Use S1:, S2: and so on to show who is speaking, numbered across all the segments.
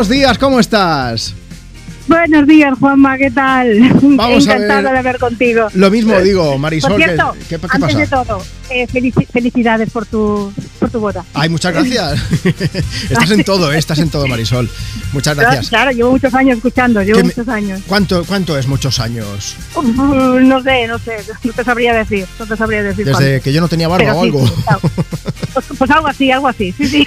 S1: Buenos días, ¿cómo estás?
S2: Buenos días, Juanma, ¿qué tal?
S1: Vamos a
S2: Encantada
S1: ver.
S2: de hablar contigo.
S1: Lo mismo digo,
S2: Por
S1: Marisol. que-
S2: cierto,
S1: ¿qué, qué
S2: antes de
S1: pasa?
S2: todo, eh, felici- felicidades por tu, por tu boda.
S1: Ay, muchas gracias. estás en todo, eh, estás en todo, Marisol. Muchas
S2: Claro,
S1: gracias.
S2: Claro, llevo muchos años escuchando, llevo
S1: Que me-
S2: muchos años.
S1: ¿Cuánto, ¿Cuánto es muchos años?
S2: Uf, no sé, no sé, no te sabría decir, no te sabría decir
S1: Desde
S2: cuánto.
S1: que yo no tenía barba
S2: Pero
S1: o
S2: sí,
S1: algo.
S2: sí, claro. pues, pues algo así, algo así, sí, sí.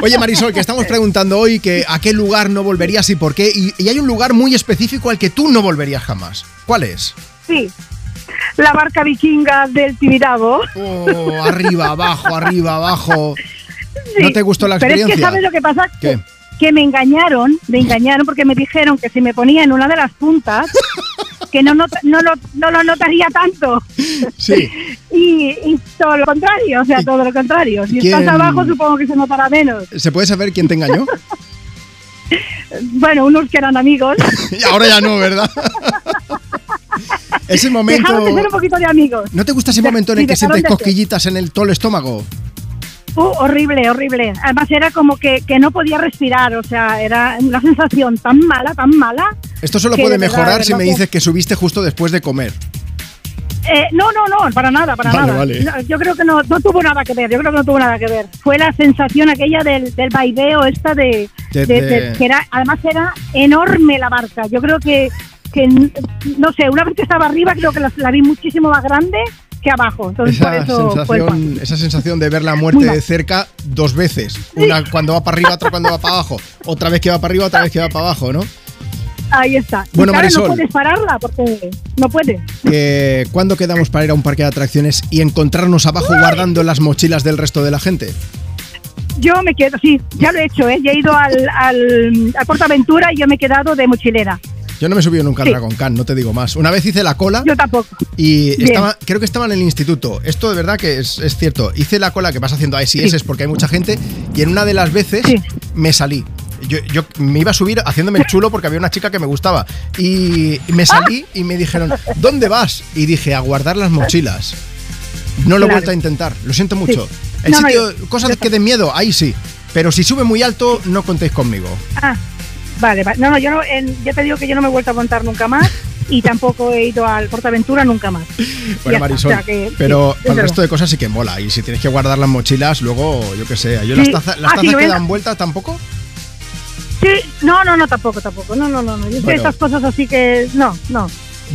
S1: Oye, Marisol, que estamos preguntando hoy que a qué lugar no volverías y por qué. Y, y hay un lugar muy específico al que tú no volverías jamás. ¿Cuál es?
S2: Sí, la barca vikinga del Tibidabo.
S1: Oh, arriba, abajo, arriba, abajo.
S2: Sí,
S1: ¿No te gustó la
S2: Pero es que
S1: experiencia?
S2: sabes lo que pasa que,
S1: ¿Qué?
S2: que me engañaron, me engañaron porque me dijeron que si me ponía en una de las puntas que no not- no, lo- no lo notaría tanto
S1: Sí.
S2: y, y todo lo contrario, o sea,
S1: ¿Y
S2: todo lo contrario. Si
S1: quién-
S2: estás abajo supongo que se notará menos.
S1: ¿Se puede saber quién te engañó?
S2: Bueno, unos que eran amigos,
S1: Y ahora ya no, ¿verdad? Ese
S2: dejaron de ser
S1: momento.
S2: un poquito de amigos.
S1: ¿No te gusta ese
S2: De-
S1: momento en el
S2: sí,
S1: que
S2: dejaron
S1: sientes
S2: de ser.
S1: cosquillitas en el todo el estómago?
S2: Uh, horrible, horrible. Además era como que, que no podía respirar, o sea, era una sensación tan mala, tan mala.
S1: Esto solo
S2: Que
S1: puede
S2: de verdad,
S1: mejorar
S2: de
S1: si me
S2: verdad que-
S1: dices que subiste justo después de comer.
S2: Eh, no, no, no, para nada, para
S1: Vale,
S2: nada.
S1: vale.
S2: No, yo creo que no, no tuvo nada que ver, yo creo que no tuvo nada que ver. Fue la sensación aquella del, del vaiveo esta de,
S1: De-
S2: de-
S1: de-
S2: de- que era, además era enorme la barca. Yo creo que, que, no sé, una vez que estaba arriba creo que la, la vi muchísimo más grande que abajo. Entonces por
S1: Esa
S2: eso fue el
S1: sensación, esa sensación de ver la muerte
S2: Muy mal.
S1: de cerca dos veces. Una cuando va para arriba, otra cuando va para abajo. Otra vez que va para arriba, otra vez que va para abajo, ¿no?
S2: pan. Ahí está. Y
S1: Bueno,
S2: claro,
S1: Marisol.
S2: no puedes pararla porque no puedes.
S1: Que, ¿Cuándo quedamos para ir a un parque de atracciones y encontrarnos abajo guardando las mochilas del resto de la gente?
S2: Yo me quedo, sí, ya lo he hecho, ¿eh? Ya he ido al, al, a Portaventura y yo me he quedado de mochilera.
S1: Yo no me he subido nunca al
S2: Sí.
S1: Dragon Khan, no te digo más. Una vez hice la cola
S2: Yo tampoco.
S1: y
S2: Bien.
S1: estaba, creo que estaba en el instituto. Esto de verdad que es, es cierto. Hice la cola que vas haciendo ASIS
S2: Sí.
S1: porque hay mucha gente y en una de las veces
S2: Sí.
S1: me salí. Yo, yo me iba a subir haciéndome el chulo porque había una chica que me gustaba. Y me salí y me dijeron, ¿dónde vas? Y dije, a guardar las mochilas. No lo he
S2: Claro.
S1: vuelto a intentar, lo siento mucho. El
S2: No, no,
S1: sitio,
S2: yo-
S1: cosas que den miedo, ahí sí. Pero si sube muy alto, no contéis conmigo.
S2: Ah, vale, vale. No, no, yo, no, en- ya te digo que yo no me he vuelto a montar nunca más y tampoco he ido al Portaventura nunca más.
S1: Bueno,
S2: Ya está,
S1: Marisol,
S2: o sea que-
S1: pero
S2: sí, es
S1: para el
S2: verdad.
S1: resto de cosas sí que mola. Y si tienes que guardar las mochilas, luego, yo qué sé. Yo las
S2: Sí.
S1: tazas, las
S2: Ah, sí,
S1: tazas que
S2: bueno.
S1: dan vueltas tampoco.
S2: Sí, no, no, no, tampoco, tampoco. No, no, no, no. Yo sé
S1: Bueno.
S2: estas cosas así que no, no,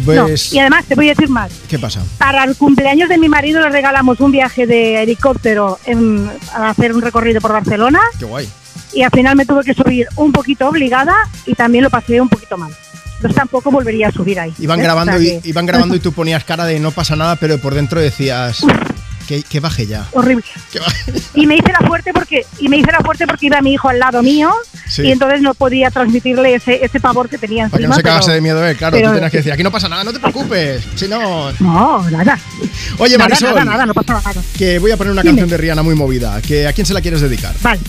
S1: Pues,
S2: no. Y además te voy a decir más.
S1: ¿qué pasa?
S2: Para el cumpleaños de mi marido le regalamos un viaje de helicóptero en- a hacer un recorrido por Barcelona
S1: Qué guay.
S2: y al final me tuve que subir un poquito obligada y también lo pasé un poquito mal. Entonces tampoco volvería a subir ahí.
S1: Iban
S2: ¿eh?
S1: grabando,
S2: O sea
S1: y,
S2: que-
S1: iban grabando y tú ponías cara de no pasa nada, pero por dentro decías que, que baje ya.
S2: Horrible.
S1: Que baje.
S2: y me hice la fuerte porque y me hice la fuerte porque iba mi hijo al lado mío
S1: Sí.
S2: y entonces no podía transmitirle ese, ese pavor que tenía
S1: Para que
S2: encima
S1: no se
S2: pero-
S1: cagase de miedo él, claro.
S2: pero-
S1: tú tenías que decir, aquí no pasa nada, no te preocupes. Si no.
S2: no nada
S1: Oye,
S2: nada,
S1: Marisol,
S2: nada nada no pasa nada
S1: que voy a poner una
S2: Dime.
S1: canción de Rihanna muy movida. Que, ¿A quién se la quieres dedicar?
S2: vale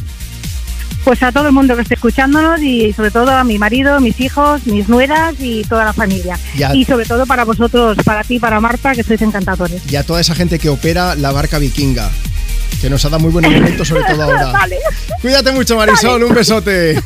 S2: pues a todo el mundo que esté escuchándonos y sobre todo a mi marido, mis hijos, mis nueras y toda la familia.
S1: Ya.
S2: Y sobre todo para vosotros, para ti, para Marta, que sois encantadores.
S1: Y a toda esa gente que opera la barca vikinga. Que nos ha dado muy buenos momentos, sobre todo ahora.
S2: Vale.
S1: Cuídate mucho, Marisol. Un besote.